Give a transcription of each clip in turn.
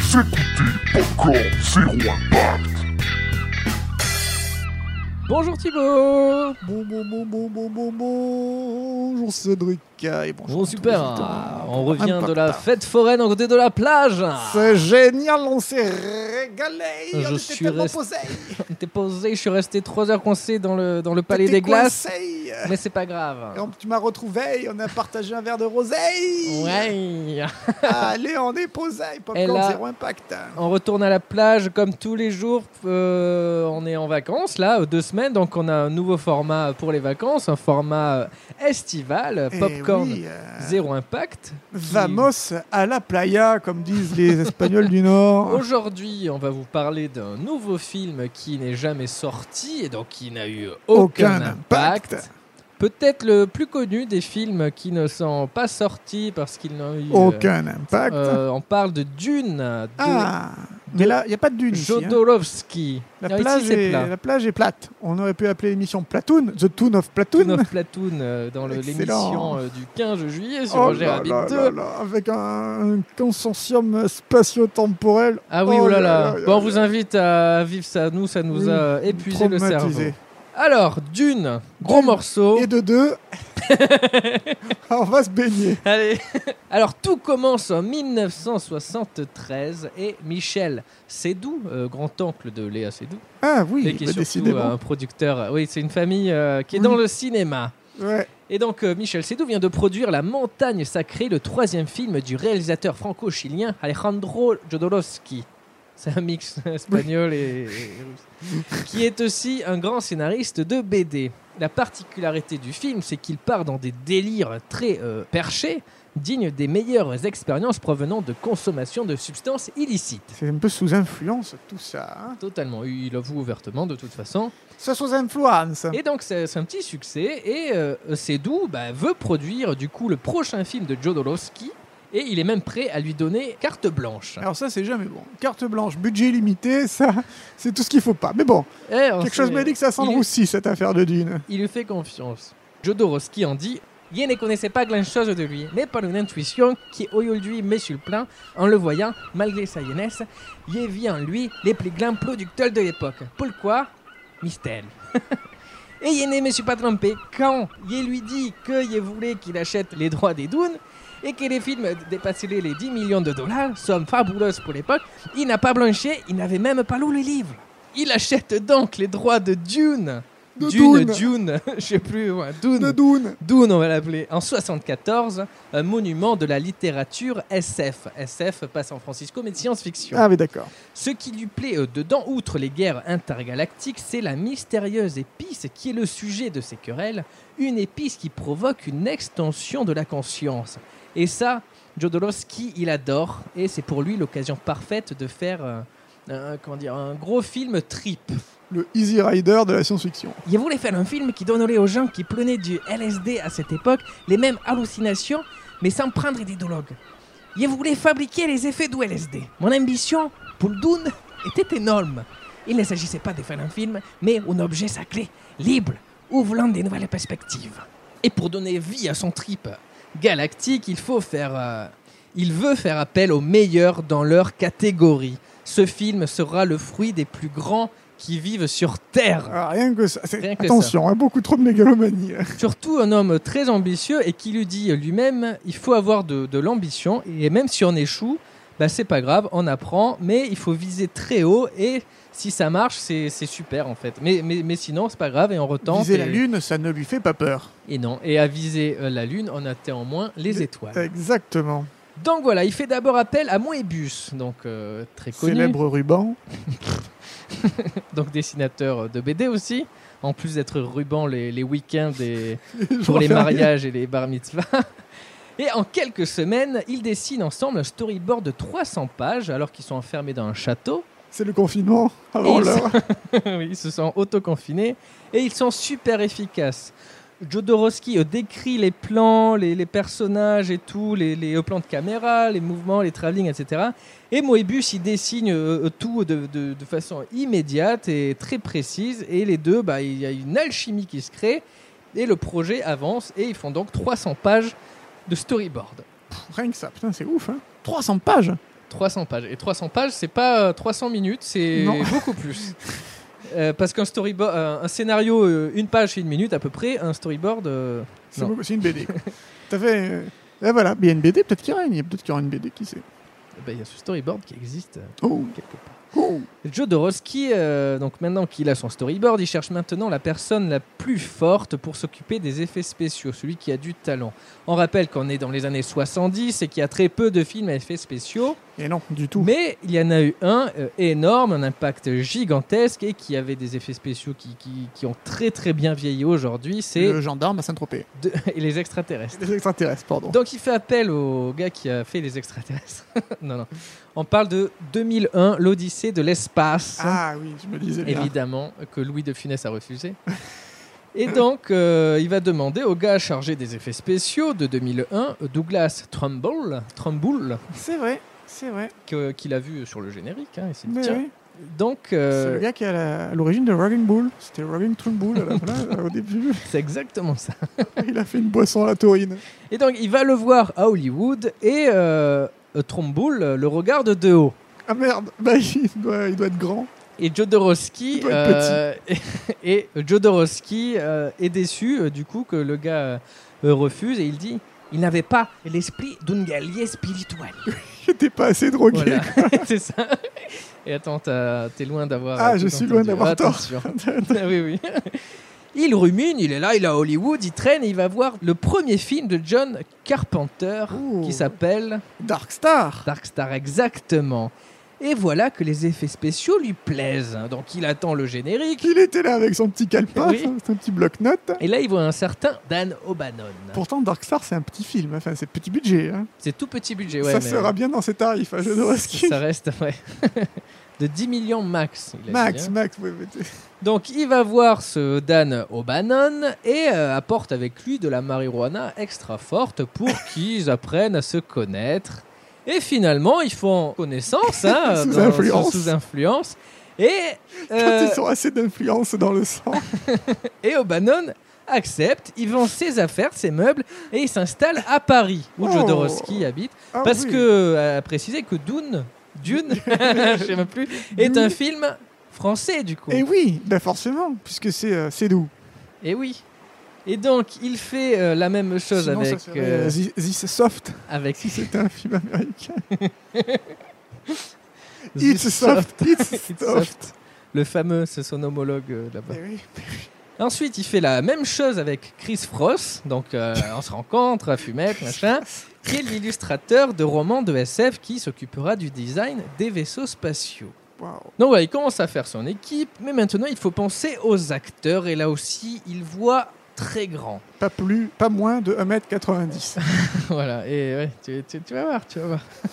c'est quitté, popcorn, zéro impact. Bonjour Thibaut Bon, bon, bon, bon, bon, bon, bon. Bonjour Cédric et bonjour. Bon à tous super, les auditeurs. on revient de la Impacta. fête foraine à côté de la plage C'est génial, on s'est régalé. Je on suis était tellement resté- posés. T'es posé, je suis resté 3 heures coincé dans le, dans le palais T'étais des glaces, coincé. mais c'est pas Et grave. on- tu m'as retrouvé, on a partagé un verre de rosé. Ouais Allez, on est posé. Et Popcorn là- zéro impact. On retourne à la plage comme tous les jours. euh, on est en vacances là, euh, deux semaines, donc on a un nouveau format pour les vacances, un format euh, estival, euh, Eh popcorn oui, euh, zéro impact. Vamos à la playa, comme disent les Espagnols du Nord. Ah. Aujourd'hui, on va vous parler d'un nouveau film qui n'est jamais sorti et donc qui n'a eu aucun, Aucun impact. impact. Peut-être le plus connu des films qui ne sont pas sortis parce qu'ils n'ont eu. euh, Aucun impact. euh, on parle de Dune de ah, mais là, il n'y a pas de dune. ici, hein. Jodorowsky. La Ah, ici, plage, c'est est, plat. la plage est plate. On aurait pu appeler l'émission Platoon, The Toon of Platoon. Toon of Platoon euh, dans le- Excellent. l'émission euh, du 15 juillet sur Oh Roger là Rabbit là 2. là là, avec un, un consortium spatio-temporel. Ah oui, Oh oh là là là. là Bon, on là vous invite à vivre ça. Nous, ça nous a épuisé le cerveau. traumatisé. Alors, Dune, gros Dune. morceau. Et de deux, on va se baigner. Allez. Alors, tout commence en 1973 et Michel Sédou, euh, grand-oncle de Léa Sédou, Ah oui, et bah, qui est surtout euh, décidément. un producteur. Oui, c'est une famille euh, qui est Oui. dans le cinéma. Ouais. Et donc euh, Michel Sédou vient de produire La Montagne Sacrée, le troisième film du réalisateur franco-chilien Alejandro Jodorowsky. C'est un mix espagnol et, et russe. Qui est aussi un grand scénariste de BD. La particularité du film, c'est qu'il part dans des délires très euh, perchés, dignes des meilleures expériences provenant de consommation de substances illicites. C'est un peu sous influence tout ça. hein. Totalement, il avoue ouvertement de toute façon. C'est sous influence. Et donc c'est c'est un petit succès et euh, Seydoux bah, veut produire du coup le prochain film de Jodorowsky et il est même prêt à lui donner carte blanche. Alors ça, c'est jamais bon. Carte blanche, budget limité, ça, c'est tout ce qu'il faut pas. Mais bon, Eh, on quelque sait- chose m'a dit que ça sent il le est- roussi, cette affaire de dune. Il lui fait confiance. Jodorowsky en dit Je ne connaissais pas grand-chose de lui, mais par une intuition qui aujourd'hui met sur le plan, en le voyant, malgré sa jeunesse, j'ai vu en lui les plus grands producteurs de l'époque. Pourquoi Mystère. Et je ne me suis pas trompé quand je lui dit que je voulais qu'il achète les droits des Dunes et que les films dépasseraient les 10 millions de dollars, somme fabuleuse pour l'époque, il n'a pas blanchi, il n'avait même pas lu le livre. Il achète donc les droits de Dune. De Dune, Dune. Dune, je sais plus, ouais, De Dune. dune. Dune, on va l'appeler. En 74, un monument de la littérature SF. SF, pas San Francisco, mais de science-fiction. Ah oui, d'accord. Ce qui lui plaît euh, dedans, outre les guerres intergalactiques, c'est la mystérieuse épice qui est le sujet de ces querelles, une épice qui provoque une extension de la conscience. Et ça, Jodorowsky, il adore, et c'est pour lui l'occasion parfaite de faire euh, un, comment dire, un gros film trip. Le Easy Rider de la science-fiction. Il voulait faire un film qui donnerait aux gens qui prenaient du LSD à cette époque les mêmes hallucinations, mais sans prendre des drogues. Il voulait fabriquer les effets du LSD. Mon ambition pour Dune était énorme. Il ne s'agissait pas de faire un film, mais un objet sacré, libre, ouvrant des nouvelles perspectives. Et pour donner vie à son trip galactique, il faut faire. euh, il veut faire appel aux meilleurs dans leur catégorie. Ce film sera le fruit des plus grands qui vivent sur Terre. Ah, rien que ça. c'est- Rien que Attention, hein, beaucoup trop de mégalomanie. Surtout un homme très ambitieux et qui lui dit lui-même il faut avoir de, de l'ambition et même si on échoue, bah c'est pas grave, on apprend, mais il faut viser très haut et si ça marche, c'est c'est super en fait. Mais, mais, mais sinon, c'est pas grave et on retente. Viser et, la lune, ça ne lui fait pas peur. Et non, et à viser euh, la lune, on a témoin les Les- étoiles. Exactement. Donc voilà, il fait d'abord appel à Moebius, donc euh, très connu, Célèbre ruban. donc dessinateur de BD aussi. En plus d'être ruban les, les week-ends et, pour J'en les fais rien. mariages et les bar mitzvahs. Et en quelques semaines, ils dessinent ensemble un storyboard de 300 pages alors qu'ils sont enfermés dans un château. C'est le confinement. avant Et l'heure. ils se sont autoconfinés et ils sont super efficaces. Jodorowsky euh, décrit les plans, les, les personnages et tout, les, les euh, plans de caméra, les mouvements, les travelling, etc. Et Moebius, il dessine euh, euh, tout de, de- de façon immédiate et très précise. Et les deux, bah, il y a une alchimie qui se crée. Et le projet avance et ils font donc 300 pages de storyboard. Pff, Rien que ça. Putain, c'est ouf. hein. 300 pages. 300 pages. Et 300 pages, c'est pas euh, 300 minutes, c'est Non. beaucoup plus. Euh, parce qu'un storyboard, un scénario, euh, une page, c'est une minute à peu près. Un storyboard, euh, C'est Non. beaucoup- c'est une BD. quoi. T'as fait. euh, ah, voilà, mais il y a une BD, peut-être qu'il y aura une, il y a peut-être qu'il y aura une BD, qui sait. eh ben, il y a ce storyboard qui existe euh, Oh, quelque part. oh. Joe Dorowski, euh, donc maintenant qu'il a son storyboard, il cherche maintenant la personne la plus forte pour s'occuper des effets spéciaux, celui qui a du talent. On rappelle qu'on est dans les années 70 et qu'il y a très peu de films à effets spéciaux, Et non, du tout. mais il y en a eu un euh, énorme, un impact gigantesque et qui avait des effets spéciaux qui, qui- qui ont très très bien vieilli aujourd'hui, c'est Le gendarme à Saint-Tropez. de- et les extraterrestres. Les extraterrestres, pardon. Donc il fait appel au gars qui a fait les extraterrestres. non, non. On parle de 2001, l'Odyssée de l'espace Ah oui, je me disais bien. évidemment, que Louis de Funès a refusé. Et donc, euh, il va demander au gars chargé des effets spéciaux de 2001, Douglas Trumbull, Trumbull C'est vrai, c'est vrai. que- qu'il a vu sur le générique. hein, il s'est dit, Mais tiens. oui. Donc, C'est le euh, gars qui est à la- à l'origine de Rogging Bull. C'était Rogging Bull à la- voilà, au début. c'est exactement ça. Il a fait une boisson à la taurine. Et donc, il va le voir à Hollywood et euh, euh, Trumbull euh, le regarde de haut. Ah merde, bah, il, doit, il doit être grand. Et Jodorowsky, Il doit être euh, et, et Jodorowsky euh, est déçu euh, du coup que le gars euh, euh, refuse et il dit il n'avait pas l'esprit d'un guerrier spirituel. Il était pas assez drogué. Voilà, c'est ça. Et attends, t'as- t'es loin d'avoir. Ah, tout je suis entendu. loin d'avoir tort. Attention. Ah oui, oui. Il rumine, il est là, il est à Hollywood, il traîne, et il va voir le premier film de John Carpenter Ouh. qui s'appelle Dark Star. Dark Star exactement. Et voilà que les effets spéciaux lui plaisent. Donc il attend le générique. Il était là avec son petit calepin, Oui. son, son petit bloc-notes. Et là, il voit un certain Dan O'Bannon. Pourtant, Dark Star, c'est un petit film. Enfin, c'est petit budget. hein. C'est tout petit budget, ouais. ça mais- euh, sera bien dans ses tarifs, hein, à Jodorowsky. Ça reste, ouais. De 10 millions max. il a dit, hein. Max, Max, ouais, mais t'es- Donc il va voir ce Dan O'Bannon et euh, apporte avec lui de la marijuana extra forte pour qu'ils apprennent à se connaître. Et finalement, ils font connaissance hein, Sous dans- influence. sous influence. Et, euh, quand ils ont assez d'influence dans le sang. et O'Bannon accepte, il vend ses affaires, ses meubles et il s'installe à Paris où Oh. Jodorowsky habite. Ah Parce oui. que, euh, à préciser que Dune, Dune, je sais même plus, est un Dune. film français du coup. Et oui, bah forcément, puisque c'est euh, c'est doux. Et oui. Et donc, il fait euh, la même chose Sinon, ça avec, serait, euh, euh, Thi- This is Soft, avec si c'était un film américain. This It's soft, it's It's soft. Soft, le fameux ce son homologue euh, là-bas. Eh oui. Ensuite, il fait la même chose avec Chris Frost, donc euh, on se rencontre à Fumette, machin, qui est l'illustrateur de romans de SF qui s'occupera du design des vaisseaux spatiaux. Waouh. Donc voilà, il commence à faire son équipe, mais maintenant il faut penser aux acteurs, et là aussi, il voit très grand. Pas plus, pas moins de 1m90. Voilà, et ouais, tu, tu- tu vas voir, tu vas voir.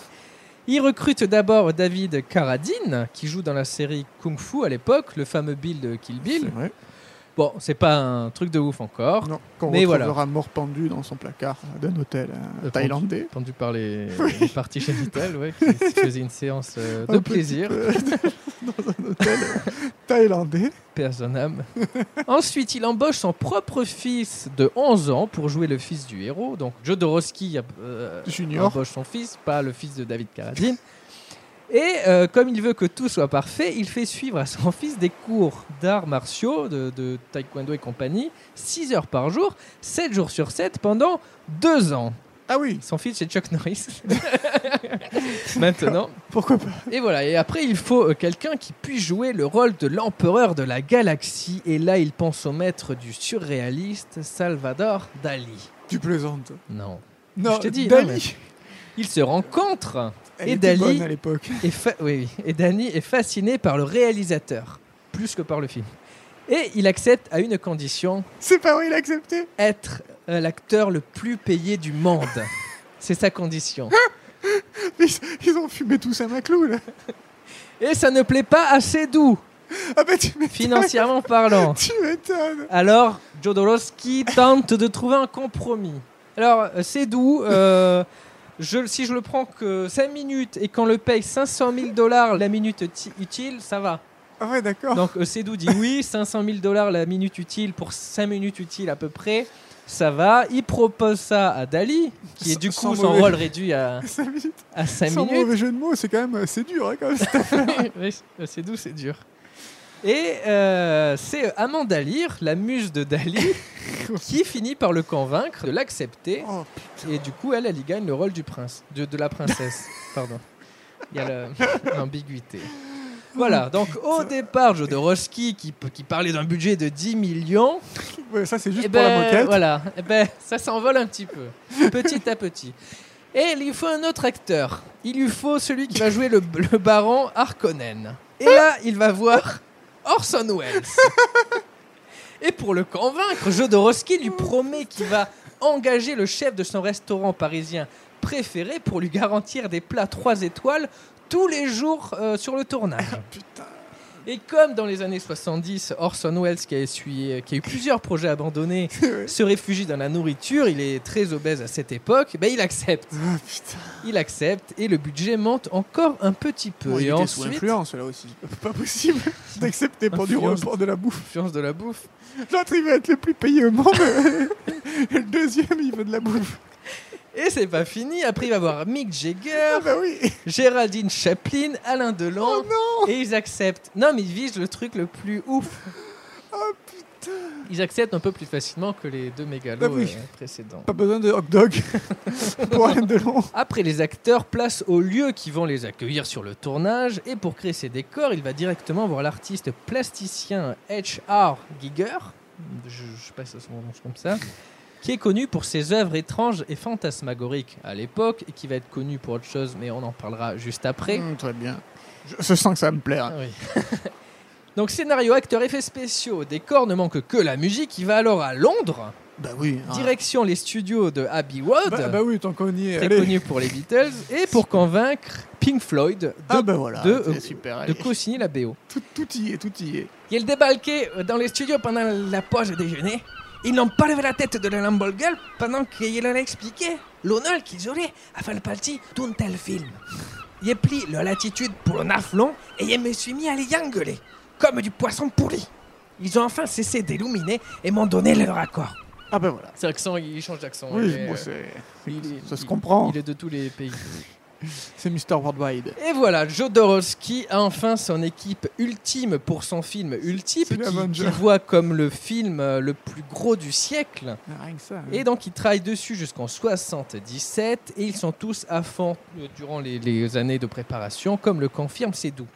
Il recrute d'abord David Carradine, qui joue dans la série Kung Fu à l'époque, le fameux Bill de Kill C'est Bill. vrai. Bon, c'est pas un truc de ouf encore, Non, qu'on Mais voilà. retrouvera mort pendu dans son placard d'un hôtel euh, Euh, thaïlandais. entendu par les, les parties génitales, ouais, qui qui faisaient une séance euh, de Un petit plaisir, peu dans un hôtel euh, thaïlandais. personne âme. Ensuite, il embauche son propre fils de 11 ans pour jouer le fils du héros, donc Jodorowsky euh, Junior. embauche son fils, pas le fils de David Carradine. Et euh, comme il veut que tout soit parfait, il fait suivre à son fils des cours d'arts martiaux, de, de taekwondo et compagnie, 6 heures par jour, 7 jours sur 7, pendant 2 ans. Ah oui, Son fils, c'est Chuck Norris. Maintenant. pourquoi pas. Et voilà, et après, il faut euh, quelqu'un qui puisse jouer le rôle de l'empereur de la galaxie. Et là, il pense au maître du surréaliste, Salvador Dali. Tu plaisantes. Non. Non, Je te dis, non, Dali. Ils se rencontrent Elle Et était Dali. bonne à l'époque. est fa- oui, oui. Et Danny est fasciné par le réalisateur, plus que par le film. Et il accepte à une condition, C'est pas vrai, il a accepté. être euh, l'acteur le plus payé du monde. C'est sa condition. Mais Ils, ils ont fumé tous un maclou là. Et ça ne plaît pas assez doux, Ah bah tu m'étonnes. financièrement parlant. Tu m'étonnes. Alors, Jodorowsky tente de trouver un compromis. Alors, euh, c'est doux. euh, je, si je le prends que 5 minutes et qu'on le paye 500 000 dollars la minute ti- utile, ça va. Ah ouais, d'accord. Donc euh, Cédou dit oui, 500 000 dollars la minute utile pour 5 minutes utiles à peu près. ça va. Il propose ça à Dali, qui est Sans- du sans coup son mauvais- rôle réduit à, Cinq minutes. à 5 Sans minutes. mauvais jeu de mots, c'est quand même c'est dur hein, quand même. Oui, c'est- c'est doux, c'est dur. Et euh, c'est Amanda Lear, la muse de Dali, qui finit par le convaincre de l'accepter. Oh, et du coup, elle, elle y gagne le rôle du prince, de, de la princesse. Pardon. Il y a le- l'ambiguïté. Voilà, donc au départ, Joe Roski qui, peut- qui parlait d'un budget de 10 millions, Ouais, ça c'est juste eh pour la ben, moquette. Voilà, Eh ben, ça s'envole un petit peu, petit à petit. Et il lui faut un autre acteur. Il lui faut celui qui va jouer le, le baron Harkonnen. Et là, il va voir Orson Welles. Et pour le convaincre, Jodorowsky lui promet qu'il va engager le chef de son restaurant parisien préféré pour lui garantir des plats 3 étoiles tous les jours euh, sur le tournage. Putain. Et comme dans les années 70, Orson Welles, qui a, essuyé- qui a eu plusieurs projets abandonnés, Ouais. se réfugie dans la nourriture, il est très obèse à cette époque, ben il accepte. Ah, putain. Il accepte et le budget monte encore un petit peu. Bon, il et était sous ensuite, influence là aussi. Pas possible d'accepter pour du Influence. report de la bouffe. influence de la bouffe. L'autre il va être le plus payé au monde. Et le deuxième il veut de la bouffe. Et c'est pas fini, après il va voir Mick Jagger, Ah bah oui. Géraldine Chaplin, Alain Delon, Oh non. et ils acceptent. Non mais ils visent le truc le plus ouf. Oh, Ils acceptent un peu plus facilement que les deux mégalos Ah oui. euh, précédents. Pas besoin de hot dog pour Alain Delon. Après les acteurs, place aux lieux qui vont les accueillir sur le tournage. Et pour créer ses décors, il va directement voir l'artiste plasticien H.R. Giger. Je, je passe à son nom comme ça. Qui est connu pour ses œuvres étranges et fantasmagoriques à l'époque et qui va être connu pour autre chose, mais on en parlera juste après. Hum, très bien. Je, je sens que ça va me plaire. Ah oui. Donc scénario, acteurs, effets spéciaux, décors ne manque que la musique. Il va alors à Londres, Bah oui. hein. direction les studios de Abbey Road. Bah, bah oui, tant qu'on y est. Très allez. connu pour les Beatles et pour convaincre Pink Floyd de, Ah bah voilà. de- c'est euh, super. de allez. co-signer la BO. Tout, tout y est, tout y est. Ils débarquaient euh, dans les studios pendant la pause déjeuner. Ils n'ont pas levé la tête de la Lamborghini pendant qu'il leur a expliqué l'honneur qu'ils auraient à faire partie d'un tel film. J'ai pris leur latitude pour le narflon et je me suis mis à les engueuler, comme du poisson pourri. Ils ont enfin cessé d'illuminer et m'ont donné leur accord. Ah bah voilà. C'est l'accent, il change d'accent. Oui, il est, bon, euh, c'est- il est- ça se il- comprend. Il est de tous les pays. C'est Mr. Worldwide. Et voilà, Jodorowsky a enfin son équipe ultime pour son film Ultime, C'est qui, l'Avenger. qu'il voit comme le film euh, le plus gros du siècle. Rien que ça. hein. Et donc, il travaille dessus jusqu'en 77 et ils sont tous à fond euh, durant les, les années de préparation, comme le confirme Sédou.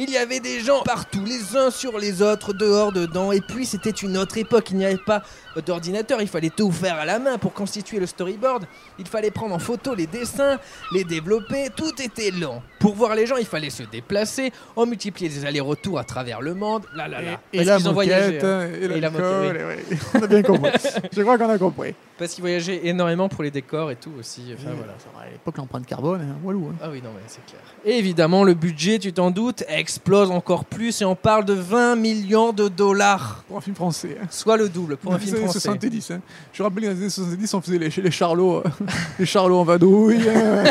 Il y avait des gens partout, les uns sur les autres, dehors, dedans, et puis c'était une autre époque, il n'y avait pas d'ordinateur, il fallait tout faire à la main pour constituer le storyboard, il fallait prendre en photo les dessins, les développer, tout était lent. Pour voir les gens, il fallait se déplacer, on multipliait les allers-retours à travers le monde, là là Ah là. Et, et Parce la qu'ils ont moquette, voyagé, hein. hein, et, Et la l'alcool, et ouais. On a bien compris. Je crois qu'on a compris. Parce qu'ils voyageaient énormément pour les décors et tout aussi. Enfin, voilà. Ça va, À l'époque, l'empreinte carbone, hein, walou. hein. Ah oui, non, mais c'est clair. Et évidemment, le budget, tu t'en doutes, explose encore plus et on parle de 20 millions de dollars. Pour un film français. hein. Soit le double pour un Dans film les années français. 70. hein. Je rappelle, dans les années 70, on faisait les, les charlots, euh, les charlots en vadrouille, hein.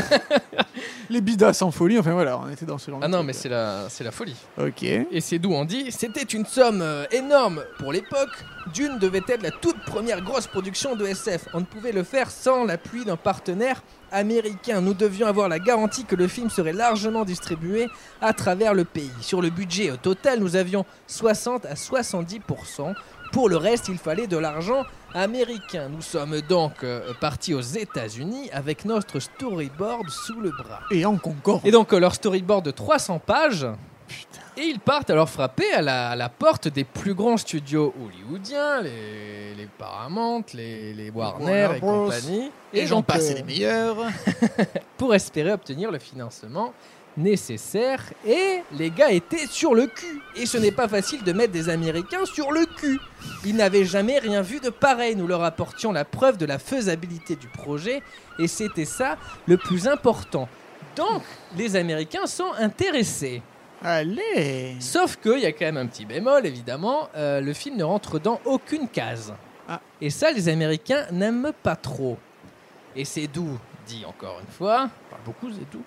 les bidas en folie. Enfin voilà, on était dans ce genre de Ah non, truc, mais c'est la, c'est la folie. là. Ok. Et Et c'est d'où on dit c'était une somme euh, énorme pour l'époque. Dune devait être la toute première grosse production de SF. On ne pouvait le faire sans l'appui d'un partenaire américain. Nous devions avoir la garantie que le film serait largement distribué à travers le pays. Sur le budget au total, nous avions 60 à 70 pour le reste, il fallait de l'argent américain. Nous sommes donc euh, partis aux États-Unis avec notre storyboard sous le bras. en Concorde. Et donc euh, leur storyboard de 300 pages. Et ils partent alors frapper à la, à la porte des plus grands studios hollywoodiens, les, les Paramount, les, les Warner Warner et Bros. compagnie. j'en donc, passe, euh, c'est les meilleurs. Pour espérer obtenir le financement nécessaire. Et les gars étaient sur le cul. Et ce n'est pas facile de mettre des Américains sur le cul. Ils n'avaient jamais rien vu de pareil. Nous leur apportions la preuve de la faisabilité du projet. Et c'était ça le plus important. Donc, les Américains sont intéressés. Allez. Sauf qu'il y a quand même un petit bémol, évidemment, euh, le film ne rentre dans aucune case. Ah. Et ça, les Américains n'aiment pas trop. Et c'est d'où dit encore une fois, pas beaucoup c'est tout,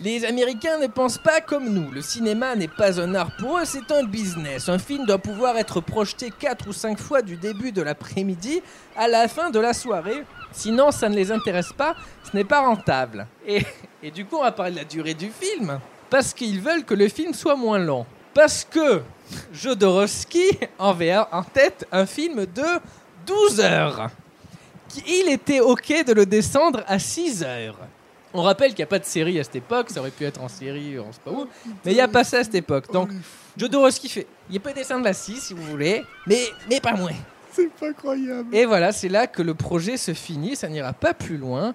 les Américains ne pensent pas comme nous. Le cinéma n'est pas un art pour eux, c'est un business. Un film doit pouvoir être projeté 4 ou 5 fois du début de l'après-midi à la fin de la soirée. Sinon, ça ne les intéresse pas, ce n'est pas rentable. Et, et du coup, on va parler de la durée du film. Parce qu'ils veulent que le film soit moins long. Parce que Jodorowsky enverra en tête un film de 12 heures. Qui- Il était OK de le descendre à 6 heures. On rappelle qu'il n'y a pas de série à cette époque, ça aurait pu être en série, on sait pas où, mais il n'y a pas ça à cette époque. Donc, Jodorowsky fait, il peut descendre à 6 si vous voulez, mais, mais pas moins. C'est pas croyable. Et voilà, c'est là que le projet se finit, ça n'ira pas plus loin.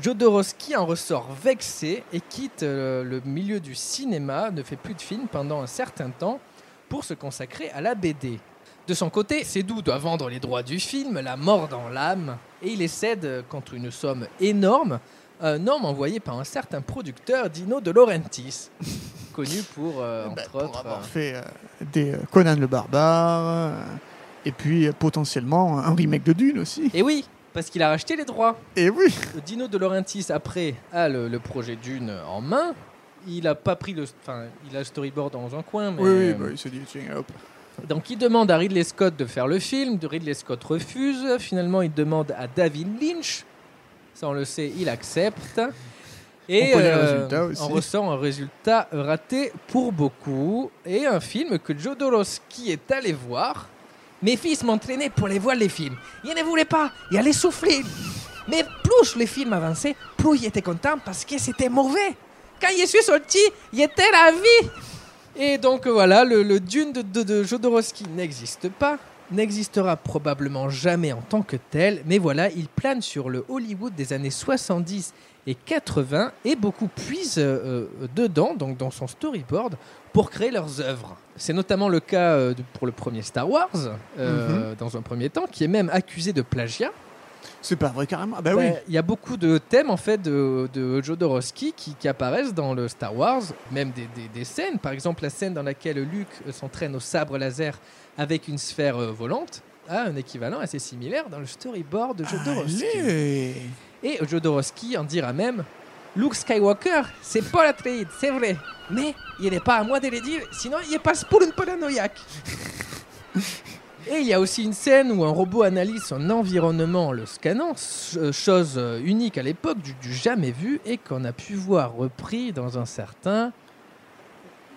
Jodorowsky en ressort vexé et quitte euh, le milieu du cinéma, ne fait plus de films pendant un certain temps pour se consacrer à la BD. De son côté, Seydoux doit vendre les droits du film, la mort dans l'âme, et il les cède euh, contre une somme énorme à un homme envoyé par un certain producteur, Dino De Laurentiis, connu pour, euh, entre Bah, pour autres, avoir euh, fait euh, des euh, Conan le Barbare, euh, et puis euh, potentiellement un remake de Dune aussi. Et oui, parce qu'il a racheté les droits. Et oui Dino De Laurentiis après a le, le projet Dune en main. Il a pas pris le, enfin, il a le storyboard dans un coin, mais euh, Oui, oui, bah, il s'est dit, tiens, hop. donc il demande à Ridley Scott de faire le film. De Ridley Scott refuse. Finalement, il demande à David Lynch. Ça, on le sait, il accepte. Et euh, On connaît le résultat aussi. on ressent un résultat raté pour beaucoup. Et un film que Jodorowsky est allé voir. Mes fils m'entraînaient pour les voir les films. Ils ne voulaient pas, ils allaient souffler. Mais plus les films avançaient, plus ils étaient contents parce que c'était mauvais. Quand je suis sorti, j'étais ravi. Et donc euh, voilà, le, le Dune de, de- de Jodorowsky n'existe pas, n'existera probablement jamais en tant que tel, mais voilà, il plane sur le Hollywood des années 70 et 80 et beaucoup puisent euh, euh, dedans, donc dans son storyboard, pour créer leurs œuvres. C'est notamment le cas euh, de- pour le premier Star Wars, euh, dans un premier temps, qui est même accusé de plagiat. C'est pas vrai carrément. Ah Bah Bah, oui. Il y a beaucoup de thèmes en fait de, de Jodorowsky qui, qui apparaissent dans le Star Wars, même des, des- des scènes. Par exemple, la scène dans laquelle Luke euh, s'entraîne au sabre laser avec une sphère euh, volante a un équivalent assez similaire dans le storyboard de Jodorowsky. Allez. Et Jodorowsky en dira même Luke Skywalker, c'est Paul Atreides, c'est vrai, mais il n'est pas à moi de le dire, sinon il passe pour une paranoïaque. Et il y a aussi une scène où un robot analyse son environnement en le scannant, ch- euh, chose euh, unique à l'époque, du, du jamais vu, et qu'on a pu voir repris dans un certain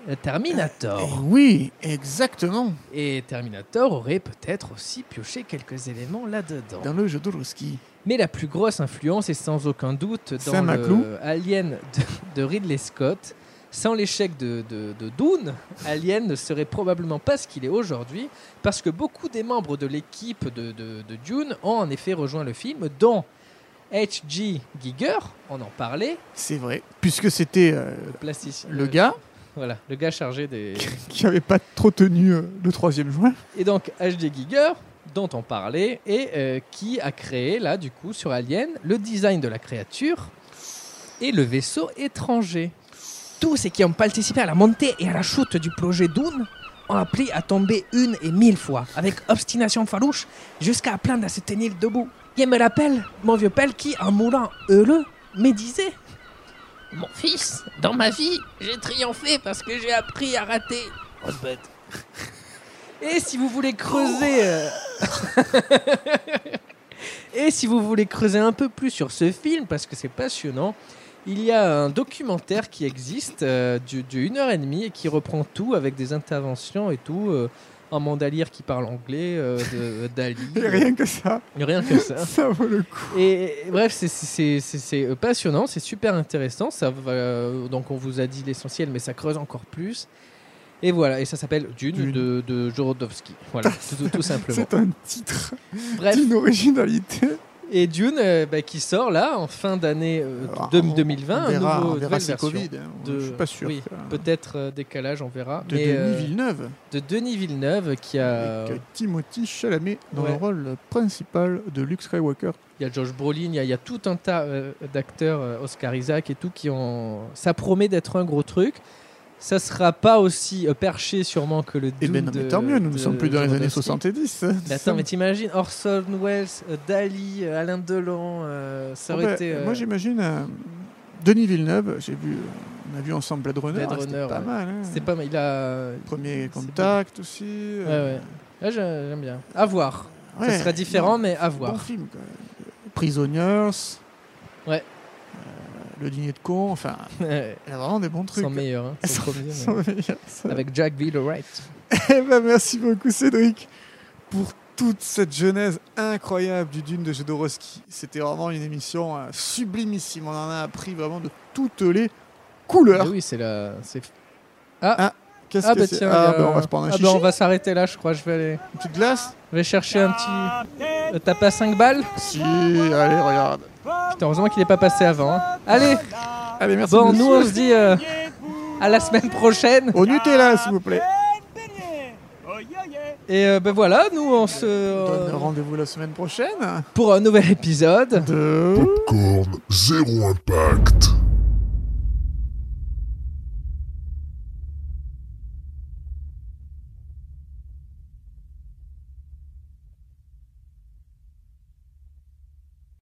euh, Eh Terminator. oui, exactement. Et Terminator aurait peut-être aussi pioché quelques éléments là-dedans. Dans le jeu Jodorowsky. Mais la plus grosse influence est sans aucun doute dans Saint-Maclou. le Alien de, de Ridley Scott. Sans l'échec de, de- de Dune, Alien ne serait probablement pas ce qu'il est aujourd'hui, parce que beaucoup des membres de l'équipe de, de- de Dune ont en effet rejoint le film, dont H.G. Giger, on en parlait, C'est vrai. Puisque c'était euh, plasticien. le gars Voilà, le gars chargé des. qui avait pas trop tenu euh, le troisième juin. Et donc H.J. Giger, dont on parlait, et euh, qui a créé là du coup sur Alien le design de la créature et le vaisseau étranger. Tous ceux qui ont participé à la montée et à la chute du projet Dune ont appris à tomber une et mille fois, avec obstination farouche, jusqu'à apprendre à se tenir debout. Je me rappelle mon vieux père qui, en mourant heureux, me disait Mon fils, dans ma vie, j'ai triomphé parce que j'ai appris à rater. Et si vous voulez creuser. euh, Et si vous voulez creuser un peu plus sur ce film, parce que c'est passionnant, il y a un documentaire qui existe euh, du, du une heure et demie et qui reprend tout avec des interventions et tout. euh, un mandalire qui parle anglais, euh, de- Dali. euh, Et rien que ça, Rien que ça. ça vaut le coup. Et et bref, c'est- c'est- c'est c'est- c'est, euh, passionnant, c'est super intéressant. Ça va, euh, donc on vous a dit l'essentiel, mais ça creuse encore plus. Et voilà, et ça s'appelle Dune, Dune. de, de Jorodowski. Voilà, tout, tout- tout simplement. C'est un titre Bref, d'une originalité. et Dune euh, bah, qui sort là en fin d'année euh, Alors, de- Ah, on- 2020. on verra, un nouveau, on verra nouvelle si version Covid. hein. de- Je suis pas sûr. oui, que- Peut-être euh, décalage, on verra. de mais, Denis euh, Villeneuve de Denis Villeneuve qui a. avec Timothy Chalamet dans ouais. le rôle principal de Luke Skywalker. Il y a Josh Brolin, il y a, il y a tout un tas euh, d'acteurs, euh, Oscar Isaac et tout, qui ont. Ça promet d'être un gros truc. Ça sera pas aussi euh, perché sûrement que le Eh Dune ben, non, mais de- tant mieux, nous ne de sommes plus dans les années Jodorowsky. 70. Mais attends, mais t'imagines Orson Welles, euh, Dali, euh, Alain Delon, euh, ça Oh, aurait bah, été. euh, Moi, j'imagine euh, Denis Villeneuve. J'ai vu, euh, on a vu ensemble Blade Runner. Blade ah, c'était Runner, pas ouais. mal. hein. C'était pas mal. Il a. Premier c'est contact aussi. euh, Ouais, ouais. Là, j'ai- j'aime bien. À voir. ça sera différent, mais à voir. Bon film. Quoi. Euh, Prisoners. Ouais. Euh, le dîner de con. Enfin, Ouais, il y a vraiment des bons trucs. Sans meilleur, hein, sans Sans- premier, sans mais- meilleur, ça. Avec Jack V. Wright. Eh ben, merci beaucoup, Cédric, pour toute cette genèse incroyable du Dune de Jodorowsky. C'était vraiment une émission euh, sublimissime. On en a appris vraiment de toutes les couleurs. Ah oui, c'est la. c'est- Qu'est-ce Ah que bah c'est tiens, il Ah, y a- bah, on va se prendre un Ah chichi. bah, on va s'arrêter là, je crois. Je vais aller. Une petite glace Je vais chercher un petit. Euh, T'as pas 5 balles Si, allez, regarde. Putain, heureusement qu'il est pas passé avant. hein. Allez Allez, merci. Bon, Ah, monsieur. nous on se dit euh, à la semaine prochaine. Au Nutella, s'il vous plaît. Et euh, ben voilà, nous on se. Donne euh, rendez-vous la semaine prochaine. pour un nouvel épisode. De... Popcorn, zéro impact.